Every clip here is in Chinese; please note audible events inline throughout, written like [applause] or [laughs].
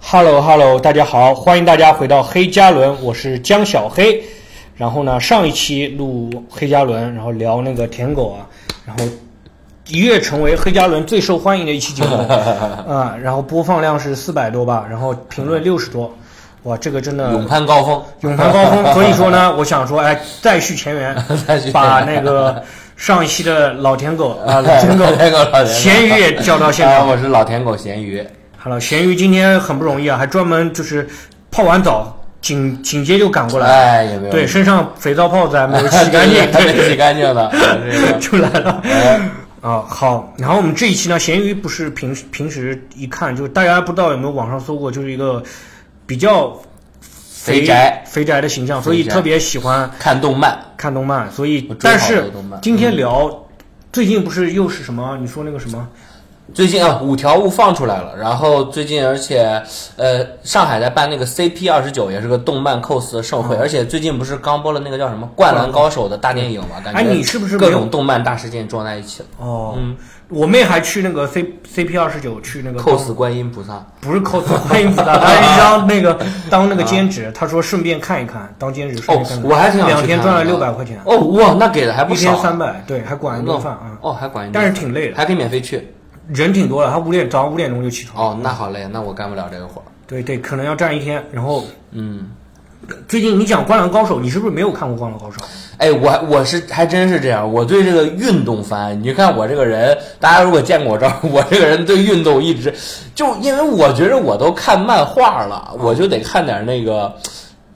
Hello Hello，大家好，欢迎大家回到黑加仑，我是江小黑。然后呢，上一期录黑加仑，然后聊那个舔狗啊，然后一跃成为黑加仑最受欢迎的一期节 [laughs] 目啊、然后播放量是四百多吧，然后评论六十多，哇，这个真的勇攀高峰，永呃攀高峰。所以说呢，我想说，哎，再续前 [laughs] 缘 [laughs] 再续前缘，把那个上一期的老舔狗 [laughs] 啊，老舔舔狗狗、舔狗老咸鱼也叫到现 [laughs] 啊，场。我是老舔狗咸鱼，好了，咸鱼今天很不容易啊，还专门就是泡完澡，紧紧接就赶过来，哎，也没有对， [laughs] 身上肥皂泡子还没有洗干净，还没洗干净 [laughs] 呢。对，就来了。哎啊，好，然后我们这一期呢，咸鱼不是平时平时一看，就大家不知道有没有网上搜过，就是一个比较肥肥宅肥宅的形象，所以肥宅特别喜欢看动漫，看动漫，所以我追但好是多动漫今天聊最近不是又是什么？你说那个什么？最近啊，五条悟放出来了，然后最近而且呃，上海在办那个 CP 二十九，也是个动漫 cos 盛嗯会，而且最近不是刚播了那个叫什么《灌篮高手》的大电影嘛，感觉哎你是不是没各有种动漫大事件撞在一起了哦，我妹还去那个 C C P 二十九去那个？cos 观音菩萨，不是 cos [laughs] 观音菩萨，她是当那 [laughs] 个当那个兼职，她说顺便看一看，当兼职顺哦便看，看。我还挺想去两天看赚了的六百块钱，哦哇，那给的还不一少天啊，三百，对，还管一顿饭啊，哦，还管一顿饭，但是挺累的，还可以免费去。人挺多的，她五点早上五点钟就起床，哦，那好累，那我干不了这个活儿。对对，可能要站一天。然后嗯，最近你讲《灌篮高手》，你是不是没有看过《灌篮高手》？哎，我还我是还真是这样，我对这个运动番，你看我这个人，大家如果见过我照， [laughs] 我这个人对运动一直就因为我觉着我都看漫画了，我就得看点那个。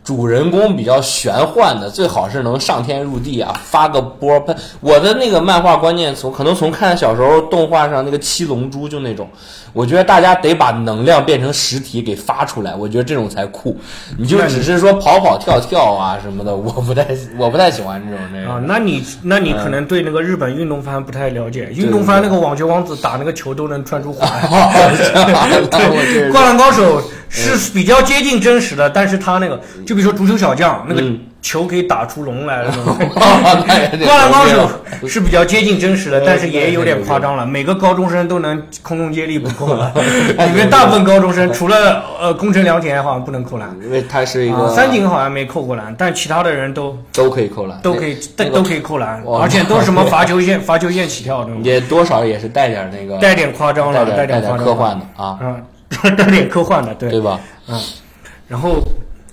主人公比较玄幻的，最好是能上天入地啊，发个波喷。我的那个漫画观念从可能从看小时候动画上那个七龙珠就那种，我觉得大家得把能量变成实体给发出来，我觉得这种才酷。你就那你只是说跑跑跳跳啊什么的，我不太我不太喜欢这种那啊个。，那你那你可能对那个日本运动番不太了解，运动番那个网球王子打那个球都能穿出火来。我这 [laughs] 对，是灌篮高手是比较接近真实的，但是他那个，就比如说足球小将那个嗯球可以打出龙来了那种。 [laughs] 哦 [laughs] 那也得啊灌篮高牛手逼了是比较接近真实的，嗯但是也有点夸张了。每个高中生都能空中接力不扣 [laughs] 篮，里面大部分高中生除了呃宫城良田好像不能扣篮，因为他是一啊个三井好像没扣过篮，但其他的人都都可以扣篮，都可以那都那个哦都可以扣篮，哇而且都是什么罚球线罚球线起跳那种，也多少也是带点那个带点夸张了，带点点夸张科，幻的啊，嗯， [laughs] 带点科幻的，对对，吧？嗯。然后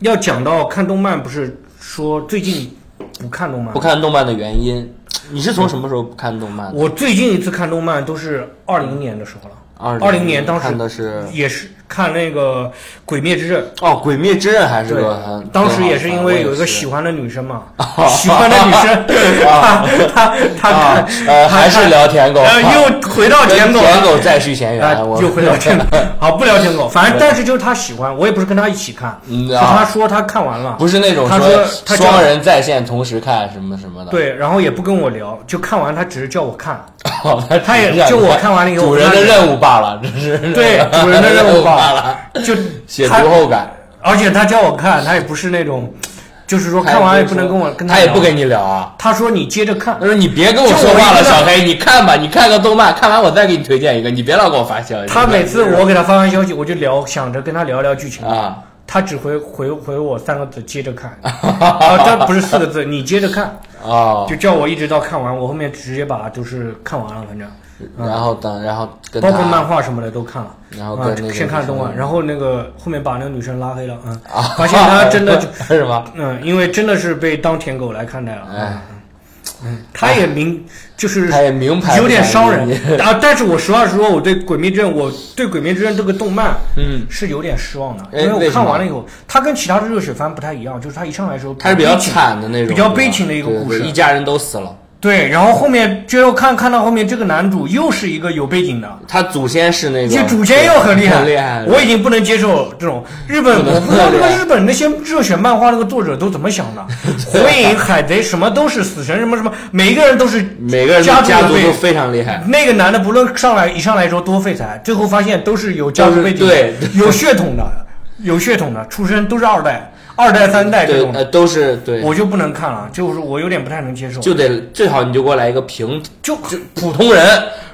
要讲到看动漫，不是说最近不看动漫不，看动漫的原因，你是从什么时候不看动漫的？我最近一次看动漫都是二零年的时候了。二20年当时看的是也是看那个《鬼灭之刃》，哦，《鬼灭之刃》还是对个很，当时也是因为有一个喜喜欢的女生 [laughs] 嘛，喜欢的女生，她啊 [laughs] 她她看，啊呃，还是聊舔狗，呃，又回到舔狗跟舔了，狗再续前啊缘，我，又回 [laughs] 到舔狗，好不聊舔狗，反正但是就是她喜欢，我也不是跟她一起看，嗯是啊她说她看完了，不是那种他说他叫双人在线同时看什么什么的，，对，然后也不跟我聊，就看完她只是叫我看，哦，他 [laughs] 他也只是想就我看完了以后主人的任务罢了，这是对，主人的任务罢吧了， [laughs] 就写读她后感，而且她叫我看，她也不是那种，就是说看完也不能跟我跟她他也不聊跟你嗯聊啊。她说你接着看他。说：“你别跟我就我说话一了，个小黑，你看吧，你看个动漫，看完我再给你推荐一个，你别老给我发消息。”他每次我给他发完消息，我就聊，想着跟他聊聊剧情，啊，他只回回回我三个字，接着 [laughs] 看，啊，但不是四个字，你接着看，哦，就叫我一直到看完，我后面直接把就是看完了，反正然后等，然后跟包括他漫画什么的都看了。然后啊跟那，个先看动漫，女生然后那个后面把那个女生拉黑了，嗯，啊，发现 [laughs] 他真的就，是什么？嗯，因为真的是被当舔狗来看待了，哎嗯嗯，他也明就是他也明牌有点伤人不敢理你 [laughs] 啊。但是我实话实说，我对《鬼灭之刃》，我对《鬼灭之刃》这个动漫，嗯，是有点失望的，哎因为我为什看么完了以后，它跟其他的热血番不太一样，就是它一上来的时候，他是比较惨的那种，比较悲情的一个对对故事对一家人都死了。对，然后后面最后看看到后面这个男主又是一个有背景的。他祖先是那个，这主角又很厉害，很厉害。我已经不能接受这种日本，我不知道这个日本那些热血漫画那个作者都怎么 [laughs] 想的。火影、海贼什么都是死神什么什么，每一个人都是每个人的家家族族有都背非常厉害。那个男的不论上来一上来说多废材，最后发现都是有家族背景的， [laughs] 都是对有血统的，有血统的，出身都是二代，二代、三代这对，种呃，都是对，我就不能看了，就是我有点不太能接受。就得最好你就给我来一个平就普通人，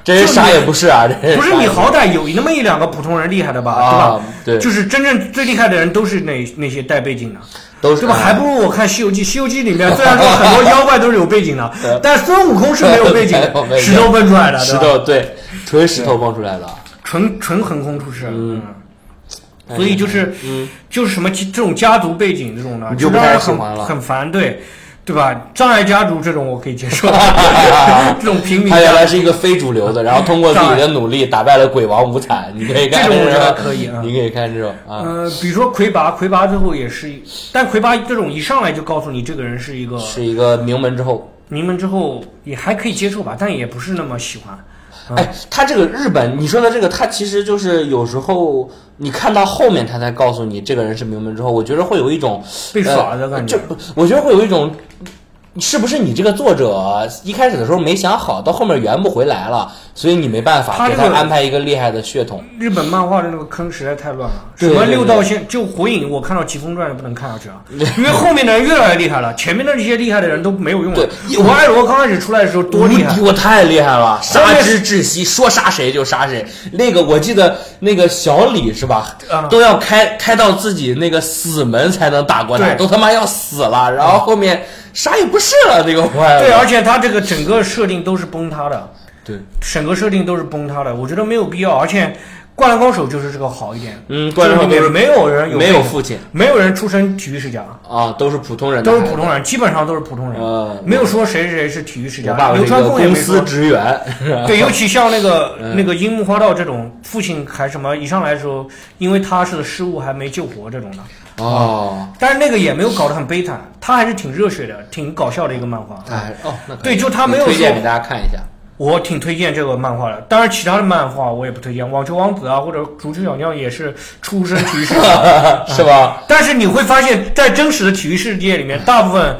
这人就啥你也不是啊，这人不是啥也你好歹有那么一两个普通人厉害的吧，啊对对吧？就是真正最厉害的人都是那那些带背景的，都是对啊吧？还不如我看《西游记》，《西游记》里面 [laughs] 虽然说很多妖怪都是有背景的，但孙悟空是没有背景 [laughs] 没有没，有石头蹦出来的，对石吧头对，纯石头蹦出来的，纯纯横空出世，嗯。所以就是，嗯，就是什么这种家族背景这种的，你就不让太人喜很欢了很烦，对，对吧？障碍家族这种我可以接 [laughs] 受， [laughs] 这种平民啊啊家他原族来是一个非主流的，然后通过自己的努力打败了鬼王无惨，你可以看这种我个觉得可以啊你可以看这种啊，呃，比如说魁拔，魁拔最后也是，但魁拔这种一上来就告诉你这个人是一个是一个名门之后。名门之后也还可以接受吧，但也不是那么喜欢。哎，他这个日本，你说的这个，他其实就是有时候你看到后面，他才告诉你这个人是名门之后，我觉得会有一种被耍的呃感觉这不我觉得会有一种，是不是你这个作者一开始的时候没想好，到后面圆不回来了，所以你没办法他给这他个安排一个厉害的血统。日本漫画的那个坑实在太乱了，对什么对六对道仙就火影，我看到疾风传就不能看下去 [laughs] 了，因为后面的人越来越厉害了，前面的这些厉害的人都没有用了。对我爱罗刚开始出来的时候多厉无害敌，我太厉害了， [laughs] 真的杀之窒息，说杀谁就杀谁。那个我记得，那个小李是吧啊，都要开开到自己那个死门才能打过来，对嗯都他妈要死了，然后后面啥也不是了，那个坏对，啊了。而且他这个整个设定都是崩塌的，对，整个设定都是崩塌的，我觉得没有必要。而且《灌篮高手》就是这个好一点，嗯灌篮高手就是里面没有人有没有背景父亲没有人出身体育世家，啊，都是普通人的都孩是子，普通人，基本上都是普通人，呃没有说谁谁是体育世我家。爸爸是流一川个枫也公没司嗯说。职员， [laughs] 对，尤其像那个、那个樱木花道这种父亲还什么一上来的时候，因为他是失误还没救活这种的，哦，但是那个也没有搞得很悲惨，他还是挺热血的，挺搞笑的一个漫画。哎，哦，那可以对就他没有推荐说给大家看一下。我挺推荐这个漫画的，当然其他的漫画我也不推荐，《网球王子》啊或者《足球小将》也是出身体育世家， [laughs] 是吧？但是你会发现在真实的体育世界里面，大部分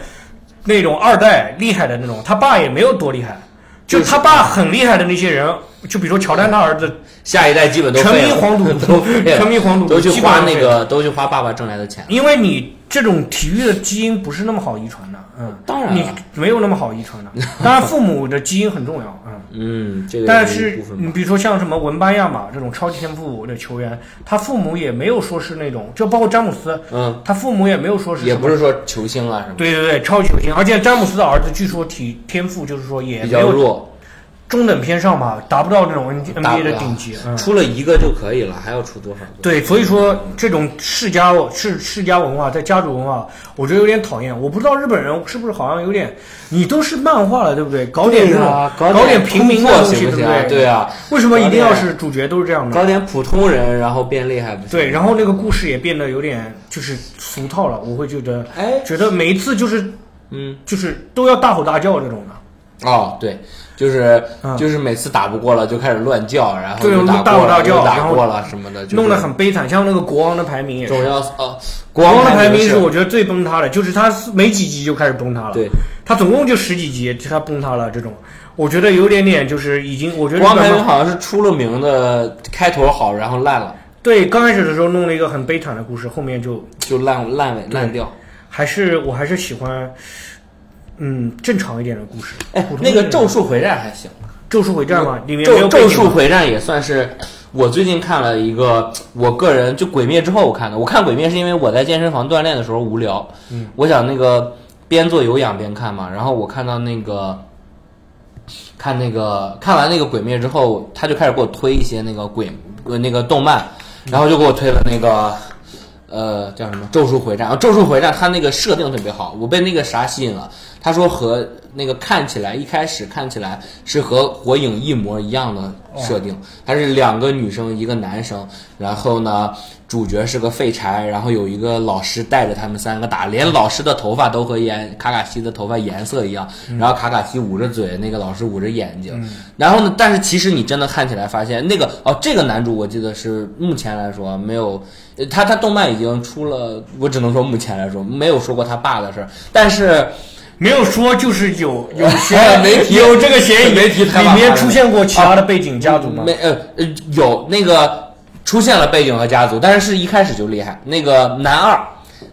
那种二代厉害的那种，他爸也没有多厉害，就就是他爸很厉害的那些人，就比如说乔丹他儿子下一代基本都沉废迷了黄赌 [laughs] 都废了沉迷黄赌都去基本花上那废了个，都去花爸爸挣来的钱。因为你这种体育的基因不是那么好遗传的，嗯，当然了你没有那么好遗传的。当然，父母的基因很重要，嗯。嗯，这个但有一是部分吧你比如说像什么文班亚马这种超级天赋的球员，他父母也没有说是那种，就包括詹姆斯，嗯，他父母也没有说是也什么不是说球星啊什么，对对对超级球星，而且詹姆斯的儿子据说体天赋就是说也比没较有弱，中等偏上吧，达不到那种 N 打 NBA 的顶级，嗯。出了一个就可以了，还要出多少个？对，所以说这种世家世世家文化在家族文化，我觉得有点讨厌。我不知道日本人是不是好像有点，你都是漫画了，对不对？搞点这种，对啊搞搞点点平民的突破东西，行不对行啊嗯对？对啊，为什么一定要搞点是主角都是这样的？搞点普通人，然后变厉害不行？对，然后那个故事也变得有点就是俗套了，我会觉得，哎觉得每一次就是嗯，就是都要大吼大叫这种的。哦，对，就是嗯就是每次打不过了就开始乱叫，然后对又我们打大吼过大了叫又然打后过了什么的，就是弄得很悲惨，像那个国王的排名也是。总要哦，国王的排名是是我觉得最崩塌的，就是他没几集就开始崩塌了。对，他总共就十几集，他崩塌了这种，我觉得有点点就是已经，我觉得国王日排名本漫好像是出了名的，开头好，然后烂了，对刚开始的时候弄了一个很悲惨的故事，后面就就烂烂尾烂掉。还是我还是喜欢，嗯，正常一点的故事。哎普，通那一个点的《咒术回战》还行，咒术回战嘛，里面没咒有《背咒景术回战》也算是我最近看了一个，我个人就《鬼灭》之后我看的。我看《鬼灭》是因为我在健身房锻炼的时候无聊，嗯，我想那个边做有氧边看嘛。然后我看到那个，看那个看完那个《鬼灭》之后，他就开始给我推一些那个鬼呃那个动漫，然后就给我推了那个。呃，叫什么《咒术回战》啊，《咒术回战》它那个设定特别好，我被那个啥吸引了。他说和那个看起来一开始看起来是和《火影》一模一样的设定，它是两个女生一个男生，然后呢，主角是个废柴，然后有一个老师带着他们三个打，连老师的头发都和颜卡卡西的头发颜色一样，然后卡卡西捂着嘴，那个老师捂着眼睛，然后呢，但是其实你真的看起来发现那个哦，这个男主我记得是目前来说没有，呃他他动漫已经出了，我只能说目前来说没有说过他爸的事儿，但是。没有说就是有 [laughs] 有哎嫌没提有这个嫌疑，没提他里爸面妈出的现过其他的背景家族吗？没呃呃有那个出现了背景和家族，但是是一开始就厉害。那个男二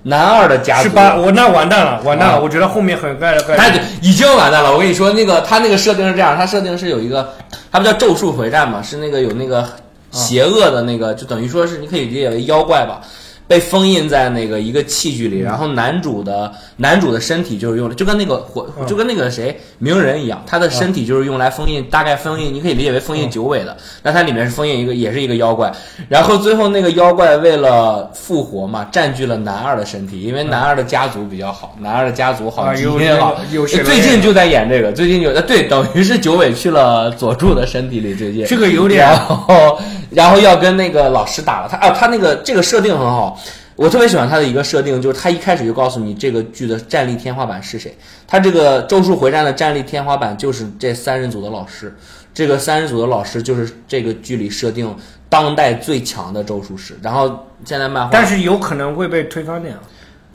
男二的家族是吧？我那完蛋了，完蛋了！啊我觉得后面很快的快。他就已经完蛋了。我跟你说，那个他那个设定是这样，他设定是有一个，他不叫咒术回战嘛，是那个有那个邪恶的那个，就等于说是你可以理解为妖怪吧。被封印在那个一个器具里，然后男主的男主的身体就是用来，就跟那个火，嗯就跟那个谁鸣人一样，他的身体就是用来封印，大概封印，你可以理解为封嗯印九尾的。那它里面是封印一个，也是一个妖怪。然后最后那个妖怪为了复活嘛，占据了男二的身体，因为男二的家族比较好，男二的家族好，嗯啊基有因好那个，有血缘最近就在演这个，最近有呃对，等于是九尾去了佐助的身体里，最近这个有点然后然后要跟那个老师打了，他啊他那个这个设定很好。我特别喜欢他的一个设定，就是他一开始就告诉你这个剧的战力天花板是谁。他这个《咒术回战》的战力天花板就是这三人组的老师，这个三人组的老师就是这个剧里设定当代最强的咒术师。然后现在漫画，但是有可能会被推翻掉。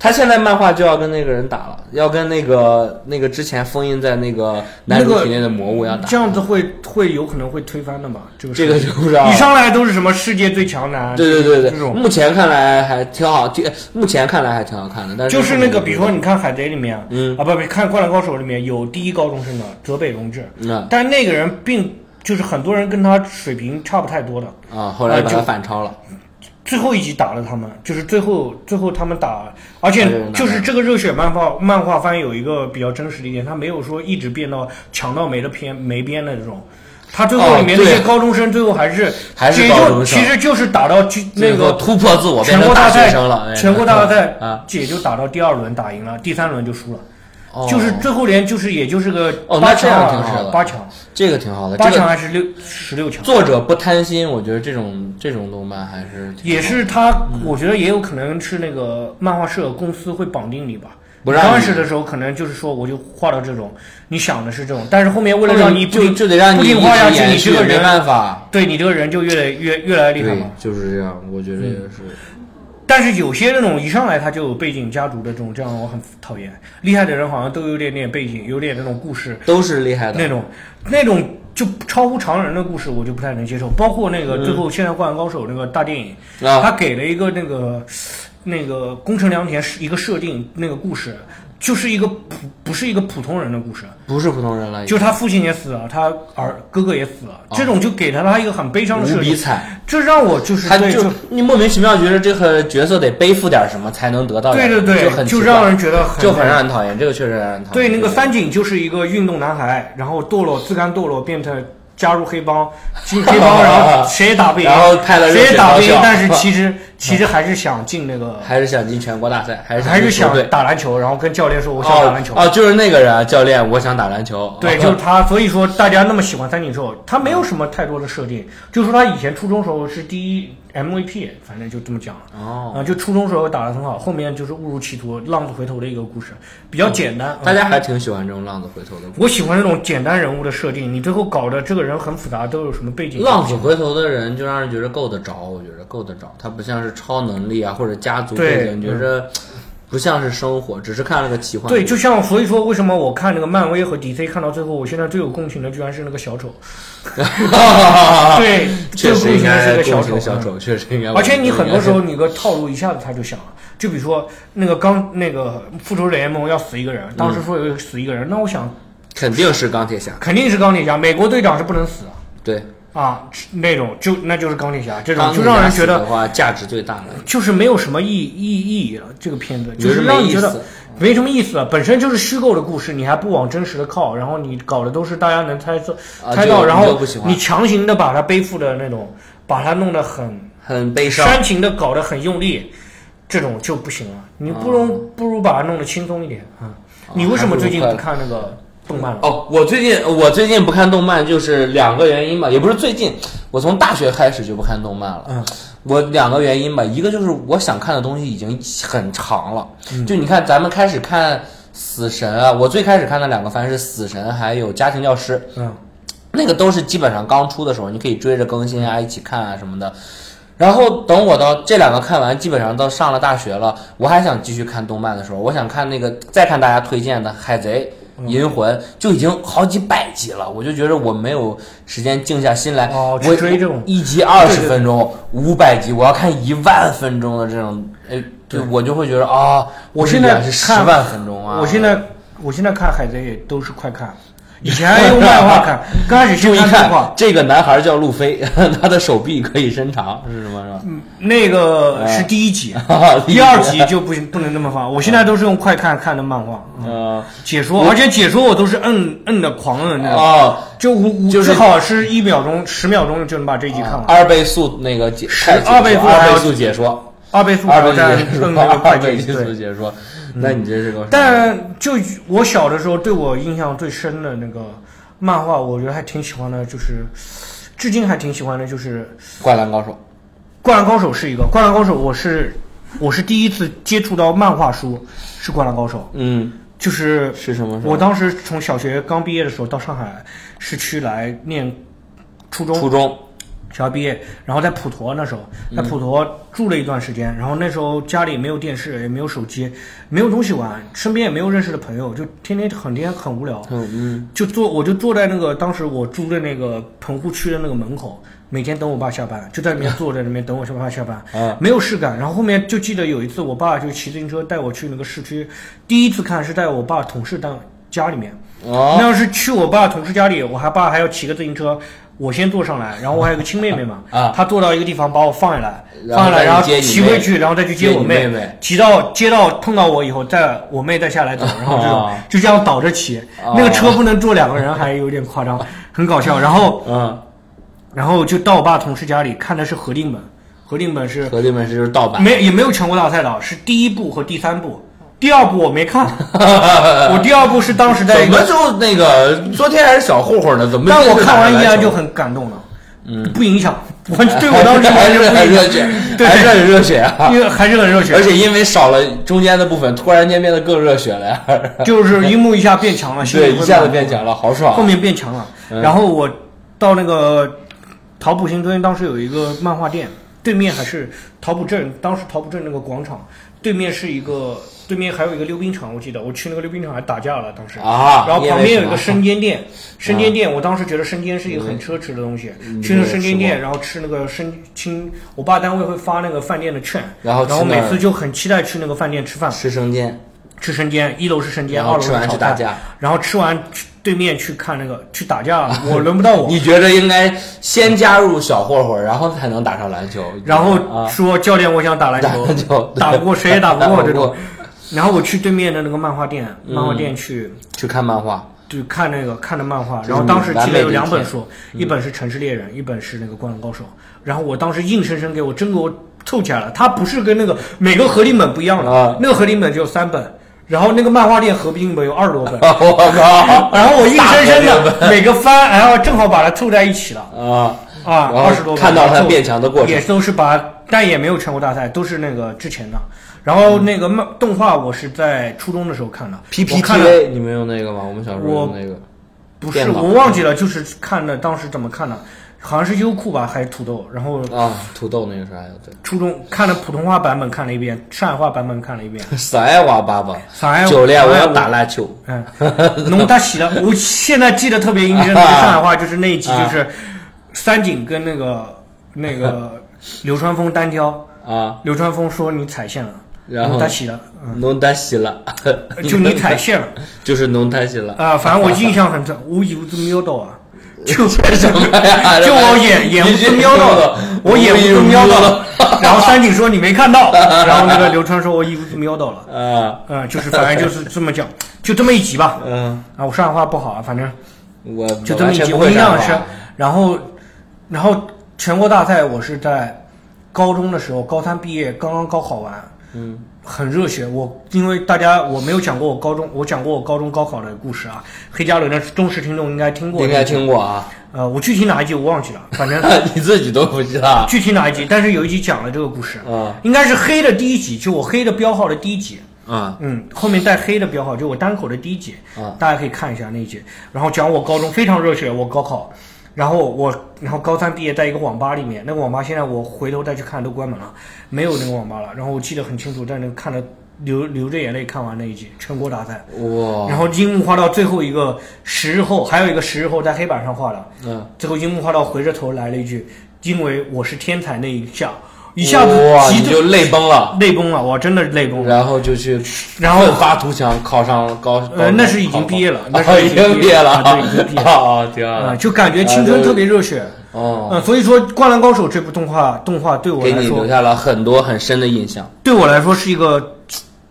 他现在漫画就要跟那个人打了，要跟那个那个之前封印在那个男主体内的魔物要打，这样子会会有可能会推翻的吧？这个这个事就情不知道了一。上来都是什么世界最强男，对对对对啊这对，种目前看来还挺好，挺目前看来还挺好看的，但是就是那个，比如说你看《海贼》里面，嗯啊不不，看《灌篮高手》里面有第一高中生的泽北荣治，啊嗯但那个人并就是很多人跟他水平差不太多的，啊，后来把啊他就反超了，最后一集打了他们，就是最后最后他们打，而且打这种打就是这个热血漫画漫画番有一个比较真实的一点，他没有说一直变到强到没的篇没边的这种。他最后哦里面那些对高中生最后还是哦还是其实高就中生其实就是打到就那最后个突破自我变全成国大大学赛生了，哎全国大赛啊，也就打到第二轮打赢了，第三轮就输了，哦就是最后连就是也就是个哦那八这强样啊挺适合八强，这个挺好的，八这强个还是六十六强。啊作者不贪心，我觉得这种这种动漫还是挺也是他，我觉得也有可能是那个漫画社公司会绑定你吧。不让你刚开始的时候可能就是说我就画到这种，你想的是这种，但是后面为了后面让你不就停就得让不你一停直画下去，延你续这个没人办法，对你这个人就越来越越来越厉害嗯对嘛。，就是这样，我觉得也是。但是有些那种一上来他就有背景家族的这种，这样我很讨厌。厉害的人好像都有点点背景，有点那种故事，都是厉害的，那种那种就超乎常人的故事，我就不太能接受。包括那个最嗯后现在《灌篮高手》那个大电影，啊他给了一个那个那个宫城良田是一个设定，那个故事就是一个普不是一个普通人的故事，不是普通人了，就是他父亲也死了，他儿哥哥也死了，这种就给了他一个很悲伤的啊无设比定，惨。这让我就是他对就你莫名其妙觉得这个角色得背负点什么才能得到对点什对么，就对，很就奇让怪人觉得很就很让人讨厌，这个确实让人讨厌。对，那个三井就是一个运动男孩，然后堕落，自甘堕落，变成加入黑帮，进黑帮，然后谁也打不赢， [laughs] 然后派了热血谁也打不赢高校，但是其 [laughs] 实其实还是想进那个，还是想进全国大赛，还是还是进球想队打篮球，然后跟教练说我想打哦篮球。哦，就是那个人啊教练，我想打篮球。哦对，啊就是他，所以说大家那么喜欢三井寿，他没有什么太多的设定，就说他以前初中时候是第一 MVP，反正就这么讲了。哦，啊，就初中时候打得很好，后面就是误入歧途、浪子回头的一个故事，比较简单。啊大家还挺喜欢这种浪子回头的故事。我喜欢那种简单人物的设定，你最后搞得这个人很复杂，都有什么背景？浪子回头的人就让人觉得够得着，我觉得够得着。他不像是超能力啊，或者家族背景，对觉着不像是生活，只是看了个奇幻。对，就像所以说，为什么我看那个漫威和 DC 看到最后，我现在最有共情的居然是那个小丑， [laughs] 对，最啊 [laughs] 确有共实应情的是该个小共情丑。小嗯丑，确实应该。而且你很多时候。候，你个套路一下子他就想了，就比如说那个刚那个复仇者联盟要死一个嗯人，当时说有死一个人，那我想肯定是钢铁侠，肯定是钢铁侠，美国队长是不能死的对，啊，那种就那就是钢铁侠，这钢种就铁让侠人死觉的得话价值最大了。就是没有什么意意意义了。这个片子就觉是得让没你意觉得思没什么意思了，本身就是虚构的故事，你还不往真实的靠，然后你搞的都是大家能猜测、啊猜这个到，我然就后不喜欢你强行的把它背负的那种，把它弄得很很悲伤。煽情的，搞得很用力，这种就不行了。你不哦如、不如把它弄得轻松一点啊！你为什么最近不看那个动漫了？哦，我最近我最近不看动漫，就是两个原因吧，也不是最近，我从大学开始就不看动漫了。嗯，我两个原因吧，一个就是我想看的东西已经很长了，嗯就你看咱们开始看死神啊，我最开始看的两个番是死神还有家庭教师。嗯，那个都是基本上刚出的时候，你可以追着更新嗯啊，一起看啊什么的。然后等我到这两个看完，基本上到上了大学了，我还想继续看动漫的时候，我想看那个再看大家推荐的《海贼》嗯《银魂》，就已经好几百集了，我就觉得我没有时间静下心来，哦去我追这种一集二十分钟，五百集，我要看一万分钟的这种，哎，对我就会觉得啊，我现在是十看万分钟啊，我现在我现在看海贼也都是快 [laughs] 看，以前还用漫画看，刚开始注是意漫看画，，这个男孩叫路飞， [laughs] 他的手臂可以伸长，是什么是吧？那个哎是第一 [laughs] 集，啊嗯第二集就不行不能那么放。我现在都是用快看看的漫画，嗯呃，解说，而且解说我都是摁摁的狂摁那种，哦，就五五就是哦至少是一秒钟十秒钟就能把这一集看完。二倍速那个解十快解说二倍速二还倍要速解说，二倍速二挑倍速战解摁说，那个快二进倍对嗯速。解说，那你这是个，但就我小的时候，对我印象最深的那个漫画，我觉得还挺喜欢的，就是至今还挺喜欢的，就是《灌篮高手灌篮高手》是一个，《灌篮高手》我是我是第一次接触到漫画书是《灌篮高手》，嗯就是是什么？我当时从小学刚毕业的时候到上海市区来念初中，初中小学毕业，然后在普陀那时候，在普陀住了一段时间，然后那时候家里没有电视，也没有手机，没有东西玩，身边也没有认识的朋友，就天天很天很无聊，嗯就坐我就坐在那个当时我住的那个棚户区的那个门口，每天等我爸下班，就在里面坐在那边等我爸下 [laughs] 班，嗯没有事干。然后后面就记得有一次，我爸就骑自行车带我去那个市区，第一次看是在我爸同事当家里面，哦那要是去我爸同事家里，我还爸还要骑个自行车，我先坐上来，然后我还有个亲妹妹嘛， [laughs] 啊她坐到一个地方把我放下来，然后放下来，再然后接你骑妹回去，然后再去接我你妹妹妹骑到接到碰到我以后，再我妹再下来走，然后这种啊就这样倒着骑，啊那个车不能坐两个人，还有点夸张，很搞笑。然后嗯，然后就到我爸同事家里看的是核定本，核定本是和弟们是就是盗 [laughs] 版，没也没有全国大赛的，是第一部和第三部。第二部我没 [laughs] 看，我第二部是当时在一怎个么就那个昨天还是小混混呢？怎么？但我看完依然就很感动了。嗯，不影响， [laughs] 完全对我当时还完是全不很影热响，血，对还是很热血啊！因为还是很热血， [laughs] 而且因为少了中间的部分，突然间变得更热血 [laughs] 了呀！就是樱木一下变强了，心里对，会一下子满变强了，好后爽！面变强了。嗯然后我到那个桃浦新村，当时有一个漫画店，对面还是桃浦镇，当时桃浦镇那个广场对面是一个，对面还有一个溜冰场，我记得我去那个溜冰场还打架了，当时啊然后因为旁边有一什个么生煎啊店，生煎店我当时觉得生煎是一个很奢侈的东西，嗯去那你也生吃煎过店，然后吃那个生青，我爸单位会发那个饭店的券，然后然后去每那儿次就很期待去那个饭店吃饭，吃生煎，吃生煎，一楼是生煎，然二后楼是吃完炒去打饭架，然后吃完去对面去看那个去打架，我轮不到我。你觉得应该先加入小混混，然后才能打上篮球？然后啊，说教练，我想打篮 [laughs] 打篮球对打不过谁也打不过打不过嗯这种。然后我去对面的那个漫画店，漫画店去去看 [laughs] 漫画，就看那个看的漫画，是然后当时你完记得美嗯有的两一本天书，一本是《城市猎人》，一本是那个《灌篮高手》。然后我当时硬生生给我真给我凑起来了，它不是跟那个每个合订本不一样啊，的，那个合订本只有三本，然后那个漫画店合并本有二十多本啊我靠！ [laughs] 然后我硬生生大合的每个翻，然后正好把它凑在一起了啊，啊， [laughs] 然二十多后个看到他凑变强的过也程，都是把，但也没有全国大赛，都是那个之前的。然后那个漫动画我是在初中的时候看的 P 我 P T 看了 A，你们用那个吗？我们小时候我用那个，不是电脑我忘记了，就是看的当时怎么看的，好像是优酷吧还是土豆，然后啊，土豆那个啥呀？对，初中看了普通话版本看了一遍，上海话版本看了一遍，三爱娃爸爸，上 [laughs] 海教练，我上海要话打篮球。嗯，弄他洗 [laughs] 了。我现在记得特别印象，那个上海话就是那一啊集，就是三井跟那个那 [laughs] 个流川枫单挑，啊，流川枫说你踩线了，然后他洗了，侬担心了，嗯 [laughs] 就你踩线了 [laughs] 就是侬担心了啊、反正我印象很深，我以为是瞄到 [laughs] 啊，就这什么呀？就我 [laughs] 眼眼你无这曾瞄到的，我眼无曾瞄到的。 [laughs] 然后三井说你没看 [laughs] 到，然后那个流川说我眼无曾瞄到了， [laughs] 啊，嗯、就是反正就是这么讲，就这么一集吧。嗯，啊，我上海话不好啊，反正。我就这我么完一全集，不我会印这样象吧深。然后，然后全国大赛我是在高中的时候，高三毕业，刚刚高考完，嗯，很热血。我因为大家我没有讲过我高中，我讲过我高中高考的故事啊。黑加仑的忠实听众应该听过，应该。听过啊， [laughs] 呃，我具体哪一集我忘记了，反正你自己都不知道具体哪一集，但是有一集讲了这个故事，嗯应该是黑的第一集，就我黑的标号的第一集。啊嗯，后面带黑的标号，就我单口的第一节，啊大家可以看一下那一节。然后讲我高中非常热血，我高考，然后我然后高三毕业在一个网吧里面，那个网吧现在我回头再去看都关门了，没有那个网吧了。然后我记得很清楚，在那个看了流流着眼泪看完那一集全国大赛，哇，然后樱木花道最后一个十日后，还有一个十日后在黑板上画的，嗯，最后樱木花道回着头来了一句：“因为我是天才。”那一下，一下子哇，极你就度泪崩了，泪崩了，我真的泪崩了。然后就去然后奋发图强，考上高。呃那是已经毕业了那是哦已已经经毕业了了，啊对已经毕业了啊，挺 [laughs] 好啊、的。就感觉青春特别热血，嗯、哦，所以说《灌篮高手》这部动画动画对我给来你留说，下了很多很深的印象，对我来说是一个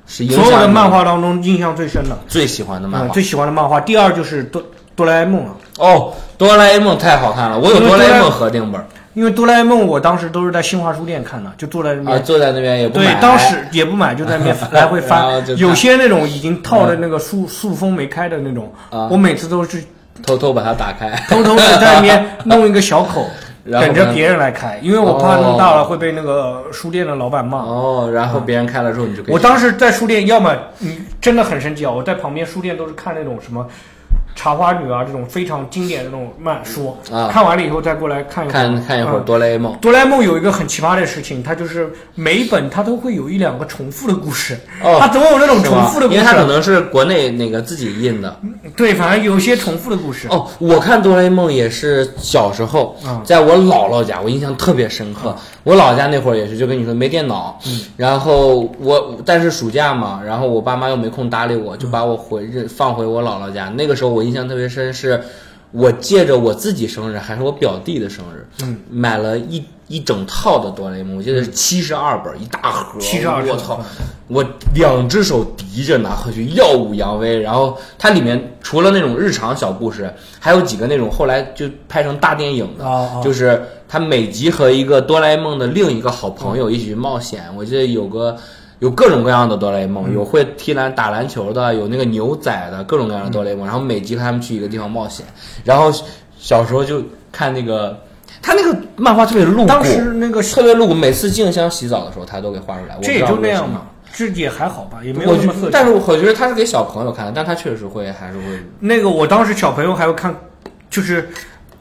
是影所有响的你漫画当中印象最深的，最喜欢的漫嗯，画。最喜欢的漫画。第二就是哆哆啦 A 梦了，哦，哆啦 A 梦太好看了，我有因为哆啦哆啦 A 梦合订本因为哆啦 A 梦我当时都是在新华书店看的，就坐在那边。啊，坐在那边也不对买。，当时也不买，就在那 [laughs] 边来回然后翻啊就。看嗯有些那种已经套的那个塑塑封没开的那种啊，我每次都是偷偷把它打开，偷偷的在那边弄一个小口， [laughs] 然后等着别人来开，因为我怕弄大了会被那个书店的老板骂。哦，然后别人开了之后你就可以。我当时在书店，要么你真的很神奇啊！我在旁边书店都是看那种什么《茶花女》啊这种非常经典的那种漫书，啊看完了以后再过来看一会儿。看看一会儿嗯哆啦 A 梦。哆啦 A 梦有一个很奇葩的事情，它就是每一本它都会有一两个重复的故事，哦它总有那种是重吗复的？故因事为，它可能是国内那个自己印的。对，反正有些重复的故事。哦，我看哆啦 A 梦也是小时候嗯，在我姥姥家，我印象特别深刻。我姥姥家那会儿也是，就跟你说没电脑，嗯然后我但是暑假嘛，然后我爸妈又没空搭理嗯我，就把我回日放回我姥姥家。那个时候我印象特别深是。我借着我自己生日，还是我表弟的生日，嗯买了一一整套的哆啦 A 梦，我记得是七十二本，一大盒。 72我操！我两只手提着拿回去，耀武扬威。然后它里面除了那种日常小故事，还有几个那种后来就拍成大电影的，哦哦就是他每集和一个哆啦 A 梦的另一个好朋友一起去冒险。我记得有个。有各种各样的哆啦 A 嗯梦，有会踢篮打篮球的，有那个牛仔的，各种嗯各样的哆啦 A 梦。然后每集和他们去一个地方冒险。然后小时候就看那个，他那个漫画特别露骨，当时那个特别露骨。每次静香洗澡的时候，他都给画出来。我不这知也道就为那样什么嘛，这也还好吧，也没有我那觉么色情。但是我觉得他是给小朋友看的，但他确实会还是会那个我当时小朋友还会看，就是，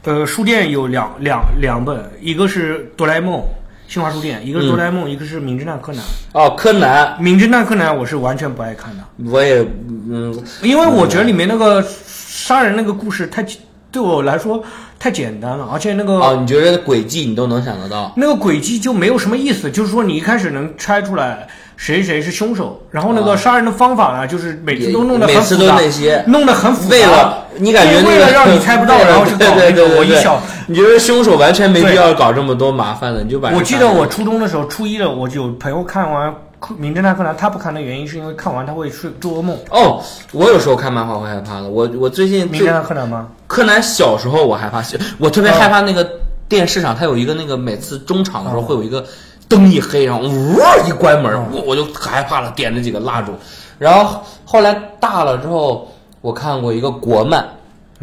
呃，书店有两两两本，一个是哆啦 A 梦，新华书店，嗯一个是哆啦 A 梦，一个是名侦探柯南。哦，柯南名侦探柯南我是完全不爱看的，我也嗯因为我觉得里面那个杀人那个故事太简对我来说太简单了，而且那个、哦，你觉得轨迹你都能想得到，那个轨迹就没有什么意思，就是说你一开始能猜出来谁谁是凶手，然后那个杀人的方法呢，啊就是每次都弄得也很哦每次复都杂，那些弄得很复杂，为了你感觉对那为个了让你猜不到，为了然后去搞 [laughs] 对那对个，对我一对小你觉得凶手完全没对必要搞这么多麻烦的，你就把我人记杀得了我初中的时候，初一的我就有朋友看完《名侦探柯南》，他不看的原因是因为看完他会睡做噩梦。哦，我有时候看漫画会害怕的，我我最近名侦最探柯南吗？柯南小时候我害怕，我特别哦害怕那个电视上，它有一个那个每次中场的时候哦会有一个灯一黑，然后呜一关门，嗯我我就可害怕了，点了几个蜡烛。然后后来大了之后，我看过一个国漫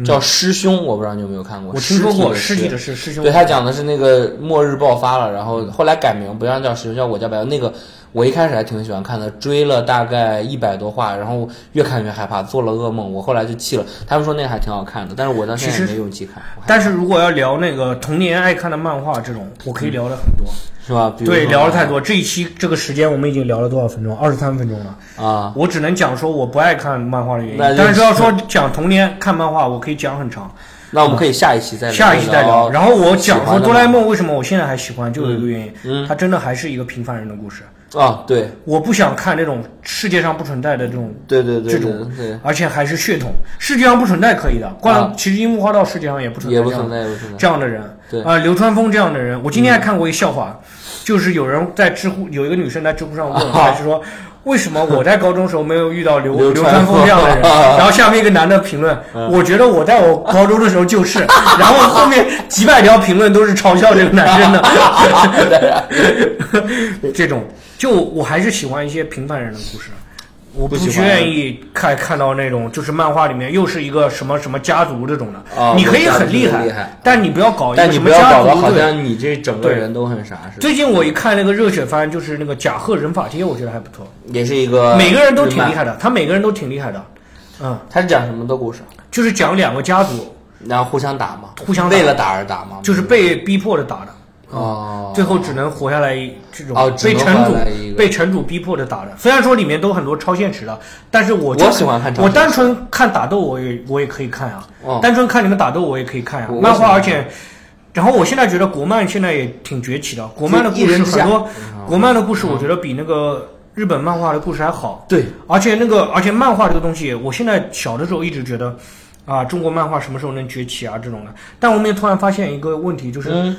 叫《师兄》，我不知道你有没有看过。嗯我听说过，尸尸体体的的是师兄对，他讲的是那个末日爆发了，然后后来改名，不让叫石叫我叫白那个。我一开始还挺喜欢看的，追了大概一百多话，然后越看越害怕，做了噩梦。我后来就弃了。他们说那个还挺好看的，但是我到现在其也实没勇气看，我还但是如果要聊那个童年爱看的漫画这种，我可以聊的很多。是吧？比如对，说聊了太多。这一期这个时间我们已经聊了多少分钟？二十三分钟了。啊。我只能讲说我不爱看漫画的原因，那就但是要是说讲童年看漫画，我可以讲很长。那我们可以下一期再聊下一期再聊。然后我讲喜说欢的哆啦 A 漫梦为什么我现在还喜欢，就有一个原因，嗯它真的还是一个平凡人的故事。啊，对我不想看这种世界上不存在的这种，对对对这对种对，而且还是血统。世界上不存在可以的，灌篮、啊其实樱木花道世界上也不存在也不这样存的在也不存在。这样的人。对嗯啊、流川枫这样的人，我今天还看过一个笑话，就是有人在知乎有一个女生在知乎上问，啊还是说。为什么我在高中时候没有遇到刘流流川川嗯枫这样 [laughs] 的人？啊然后下面一个男的评论，我觉得我在我高中的时候就是。 [laughs] 然后后面几百条评论都是嘲笑这个男生 [laughs] 的。这种，就我还是喜欢一些平凡人的故事。我不不喜欢愿意看看到那种，就是漫画里面又是一个什么什么家族这种的。啊你可以很我害，知道这个厉害但你不要搞一但个你什不么要家搞族得好对。像你这整个对人都很啥似的，最近我一看那个热血番，就是那个甲贺忍法贴，我觉得还不错，也是一个每个人都挺漫厉害。的，他每个人都挺厉害的，嗯，他是讲什么的故事？啊就是讲两个家族然后互相打嘛，互相打为了打而打嘛，就是被逼迫着打的，哦，最后只能活下来一这种哦被只能城活下来一主个被城主逼迫着打的。虽然说里面都很多超现实的，但是我就我喜欢看超我现实单纯看打斗，我也我也可以看啊哦，单纯看你们打斗，我也可以看啊我。漫我喜画欢而且然后我现在觉得国漫现在也挺崛起的，国漫的故一事人之很下多，国漫的故事我觉得比那个日本漫画的故事还好。对，而且那个，而且漫画这个东西，我现在小的时候一直觉得，啊，中国漫画什么时候能崛起啊这种的。但我们也突然发现一个问题，就是、嗯，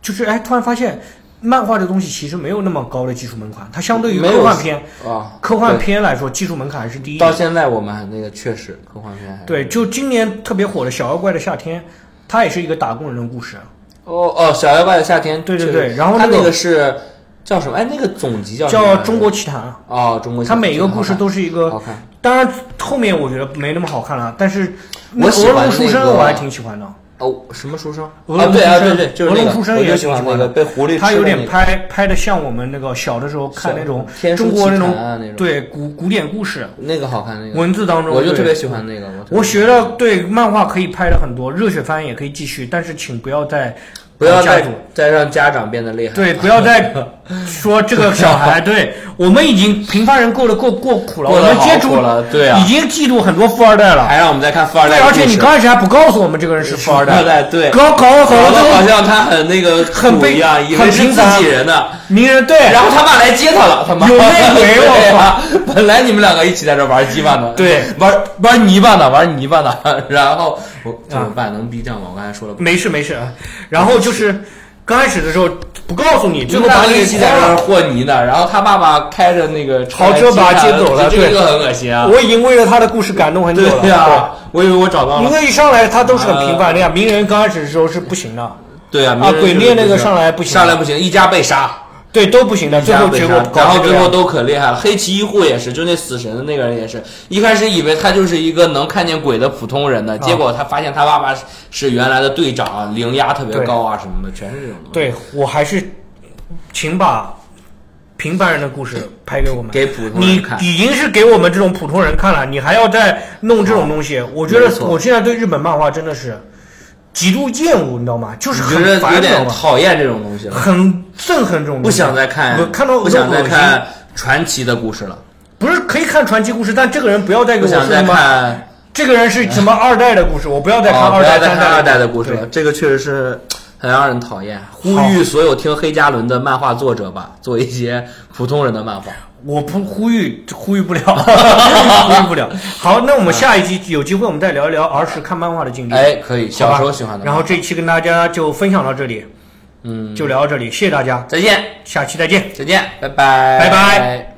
就是哎，突然发现漫画这东西其实没有那么高的技术门槛，它相对于没有科幻片，啊，科幻对片来说技术门槛还是低一点到现在我们还那个确实科幻片还对，就今年特别火的《小妖怪的夏天》，它也是一个打工人的故事。哦哦，小妖怪的夏天，对对确实对然后它那个那个是叫什么？哎，那个总集叫什么叫来《着中国奇谭》啊。哦，中国它每一个好看故事都是一个好，看，当然后面我觉得没那么好看了，但是那我喜俄欢龙书那生个我还挺喜欢的，哦，什么书生？俄啊，龙对啊，书生对对，就是俄那龙个，书生我也就喜欢挺那好个看被狐狸他吃有的点那个拍拍的像我们那个小的时候看那种天书中国那奇谭啊那种种对古古典故事那个好看，那个文字当中，我就特对别喜欢那个，我特别我学了对漫画可以拍的很多，热血番也可以继续，但是请不要再不要加再入。再让家长变得厉害，对，不要再说这个小孩。 [laughs] 对我们已经平凡人过得够够苦了，过我得们好接触过了对啊哎已经嫉妒很多富二代了。还让我们再看富二代对，的而故事，且你刚开始还不告诉我们这个人是富二代，对，搞搞好搞了得之好后，像他很那个很土被一样，以为很是平自凡己人 [laughs] 呢。名人对，然后他爸来接他了，他妈有内 [laughs] 鬼我对啊！ [laughs] 本来你们两个一起在这玩鸡巴呢，对， [laughs] 玩玩泥巴呢，玩泥巴呢。 [laughs] 然后我啊怎么办？能逼账吗？我刚才说了，没事没事。啊然后就是刚开始的时候不告诉你，你最们后两把个你一给起在关这了。和泥呢。然后他爸爸开着那个豪车把他接走了这这对个很恶心啊！我已经为了他的故事感动很久对啊了。呀，我以为我找到对因了。为一上来他都是很平凡的呀，呃名人刚开始的时候是不行的，对啊，啊鬼灭猎那个上来不行上来不行，一家被杀。对，都不行的，最后结果搞然后成这最后样都可厉害了。黑崎一护也是，就那死神的那个人也是，一开始以为他就是一个能看见鬼的普通人呢，啊结果他发现他爸爸是是原来的队长，灵压特别高啊什么的，全是这种东西。对我还是，请把平凡人的故事拍给我们，给普通人你看已经是给我们这种普通人看了，你还要再弄这种东西，我觉没得错我现在对日本漫画真的是极度厌恶，你知道吗？就是你觉得很烦，你有知道点吗？讨厌这种东 [laughs] 西了，很憎恨这种东西，不想再看我，看到不想再我都恶心，看传奇的故事了，不是可以看传奇故事，但这个人不要再给不我说想再什么，看，这个人是什么二代的故事，我不要再看哦，二不代、要再三看二代的故故事对了，这个确实是。很让人讨厌，呼吁所有听黑加仑的漫画作者吧，做一些普通人的漫画。我不呼吁，呼吁不了， [laughs] 呼吁不了。好，那我们下一集有机会我们再聊一聊儿时看漫画的经历。哎，可以，好吧，小时候喜欢的漫画。然后这一期跟大家就分享到这里，嗯，就聊到这里，谢谢大家，再见，下期再见。再见，拜拜，拜拜。